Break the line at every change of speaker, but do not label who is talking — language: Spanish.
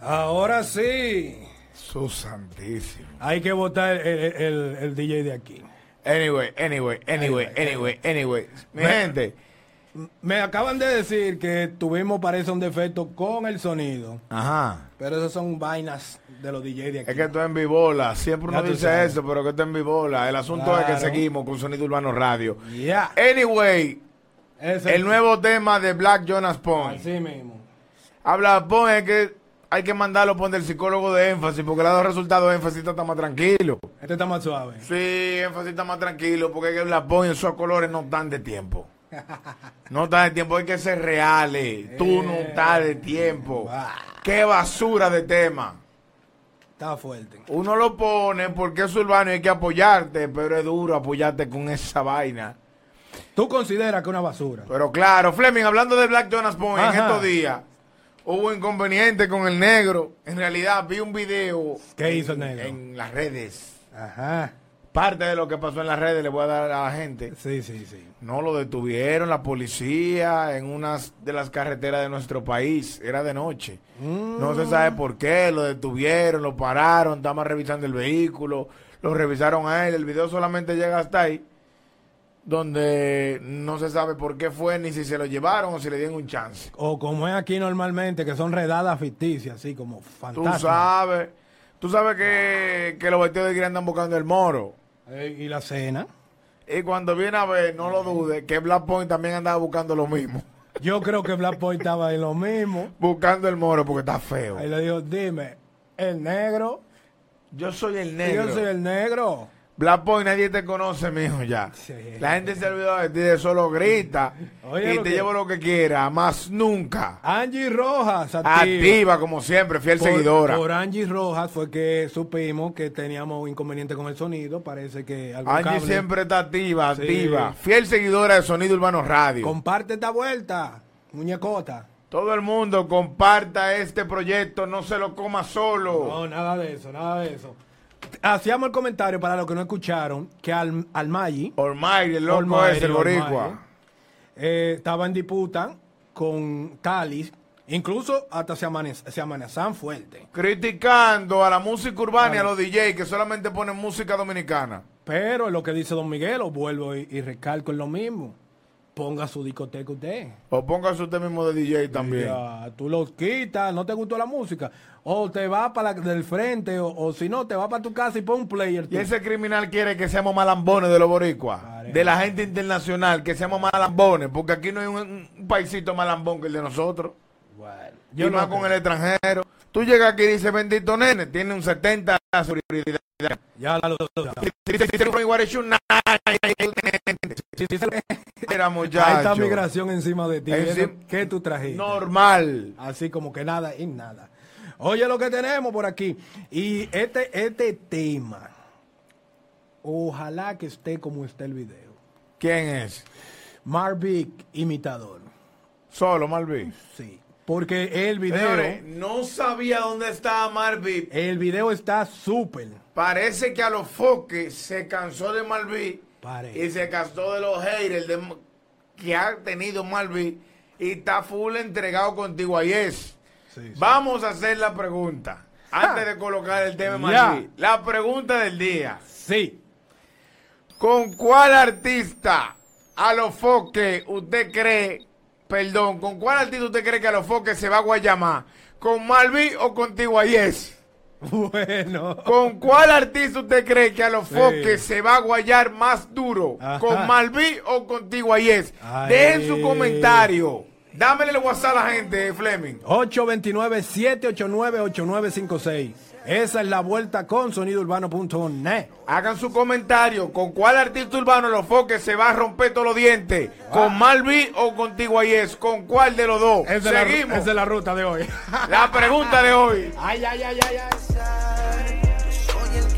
Ahora sí.
Su santísimo.
Hay que votar el, el- el- el DJ de aquí.
Anyway, anyway, anyway, anyway, anyway. Mi
Ve-
gente.
Me acaban de decir que tuvimos, parece, un defecto con el sonido.
Ajá.
Pero esas son vainas de los DJ de aquí.
Es que tú en vivola. Siempre uno
Ya tú
dice
sabes.
eso, pero que tú en vivola. El asunto es
Claro.
que seguimos con Sonido Urbano Radio.
Ya.
Anyway,
Ese-
el nuevo tema de Black Jonas Pond.
Así mismo.
Habla Pond es que hay que mandarlo Pond del psicólogo de énfasis porque le ha dado resultado énfasis está más tranquilo.
Este está más suave.
Sí, énfasis está más tranquilo porque es que Black Pond en sus colores no están de tiempo. No están de tiempo, hay que ser reales. Tú no estás de tiempo.
Eh. Ah,
Qué basura de tema.
está fuerte.
Uno lo pone porque es urbano y hay que apoyarte, pero es duro apoyarte con esa vaina.
¿Tú consideras que una basura?
Pero claro, Fleming, hablando de Black Jonas Point, en
Ajá.
estos días hubo inconveniente con el negro. En realidad vi un video
¿Qué
en,
hizo el negro?
en las redes.
Ajá.
Parte de lo que pasó en las redes le voy a dar a la gente.
Sí, sí, sí.
No lo detuvieron la policía en unas de las carreteras de nuestro país. Era de noche.
Mm.
No se sabe por qué. Lo detuvieron, lo pararon, estaban revisando el vehículo, lo revisaron a él. El video solamente llega hasta ahí, donde no se sabe por qué fue, ni si se lo llevaron o si le dieron un chance.
O como es aquí normalmente, que son redadas ficticias, así como
Tú
fantasmas.
sabes, tú sabes que, que los vestidos de guira andan buscando el moro.
Eh, y la cena.
Y cuando viene a ver, no lo dudes, que Black Point también andaba buscando lo mismo.
Yo creo que Black Boy estaba en lo mismo.
Buscando el moro porque está feo.
Ahí le dijo, dime, el negro.
Yo soy el
Yo soy el negro.
Black Boy, nadie te conoce, mijo, ya.
Sí.
La gente se olvidó de ti, de solo grita.
Oye,
y
lo
te
que-
llevo lo que quiera, más nunca.
Angie Rojas, activa.
Activa, como siempre, fiel
Por-
seguidora.
Por Angie Rojas fue que supimos que teníamos inconveniente con el sonido. Parece que algún
Angie
cable-
siempre está activa,
Sí.
activa. Fiel seguidora de Sonido Urbano Radio.
Comparte esta vuelta, muñecota.
Todo el mundo comparta este proyecto, no se lo coma solo.
No, nada de eso, nada de eso. Hacíamos el comentario para los que no escucharon que al, al Maggi,
Almighty, el loco
Almighty,
es el boricua.
Almighty. eh, estaba en disputa con Talis. Incluso hasta se, amane- se amenazan fuerte.
Criticando a la música urbana y a los DJs que solamente ponen música dominicana.
Pero es lo que dice Don Miguel, os vuelvo y, y recalco en lo mismo. Ponga su discoteca usted.
O póngase usted mismo de DJ también.
Ya, tú los quitas, no te gustó la música. O te vas para la del frente, o, o si no, te vas para tu casa y pon un player. tú.
Y ese criminal quiere que seamos malambones de los boricuas,
Vale.
de la gente internacional, que seamos malambones, porque aquí no hay un, un paisito malambón que el de nosotros.
Bueno,
Yo y
no
más
creo.
con el extranjero. Tú llegas aquí y dices, bendito nene, tiene un 70 de seguridad.
Ya la- la-
Si- si- si- si- si- guarechuna, Era
Ahí está
muchacho.
migración encima de ti.
Encima-
Eso que tú trajiste?
Normal.
Así como que nada y nada. Oye lo que tenemos por aquí. Y este, este tema. Ojalá que esté como está el video.
¿Quién es?
Marvick imitador.
Solo, Marvin.
Sí. Porque el video.
Señores, no sabía dónde estaba Marvin.
El video está súper.
Parece que a los foques se cansó de Malví
Parece.
y se cansó de los haters de M- que ha tenido Malví y está full entregado contigo a Yes. Vamos a hacer la pregunta antes de colocar el tema de
Ya.
Malví. La pregunta del día.
Sí.
¿Con cuál artista a los foques usted cree, perdón, con cuál artista usted cree que a los foques se va a guayamar? ¿Con Malví o contigo a Yes?
Bueno.
¿Con cuál artista usted cree que a los
Sí.
foques se va a guayar más duro?
Ajá.
¿Con Malví o contigo Ayes?
Ay.
Dejen su comentario. Dámele el WhatsApp a la gente, eh, Fleming.
829-789-8956. Esa es la vuelta con sonidourbano.net.
Hagan su comentario. ¿Con cuál artista urbano a los foques se va a romper todos los dientes? ¿Con Malví o contigo Ayes? ¿Con cuál de los dos?
Ah. Esa es la-
Seguimos.
esa es la ruta de hoy.
la pregunta de hoy.
ay, ay, ay, ay, ay.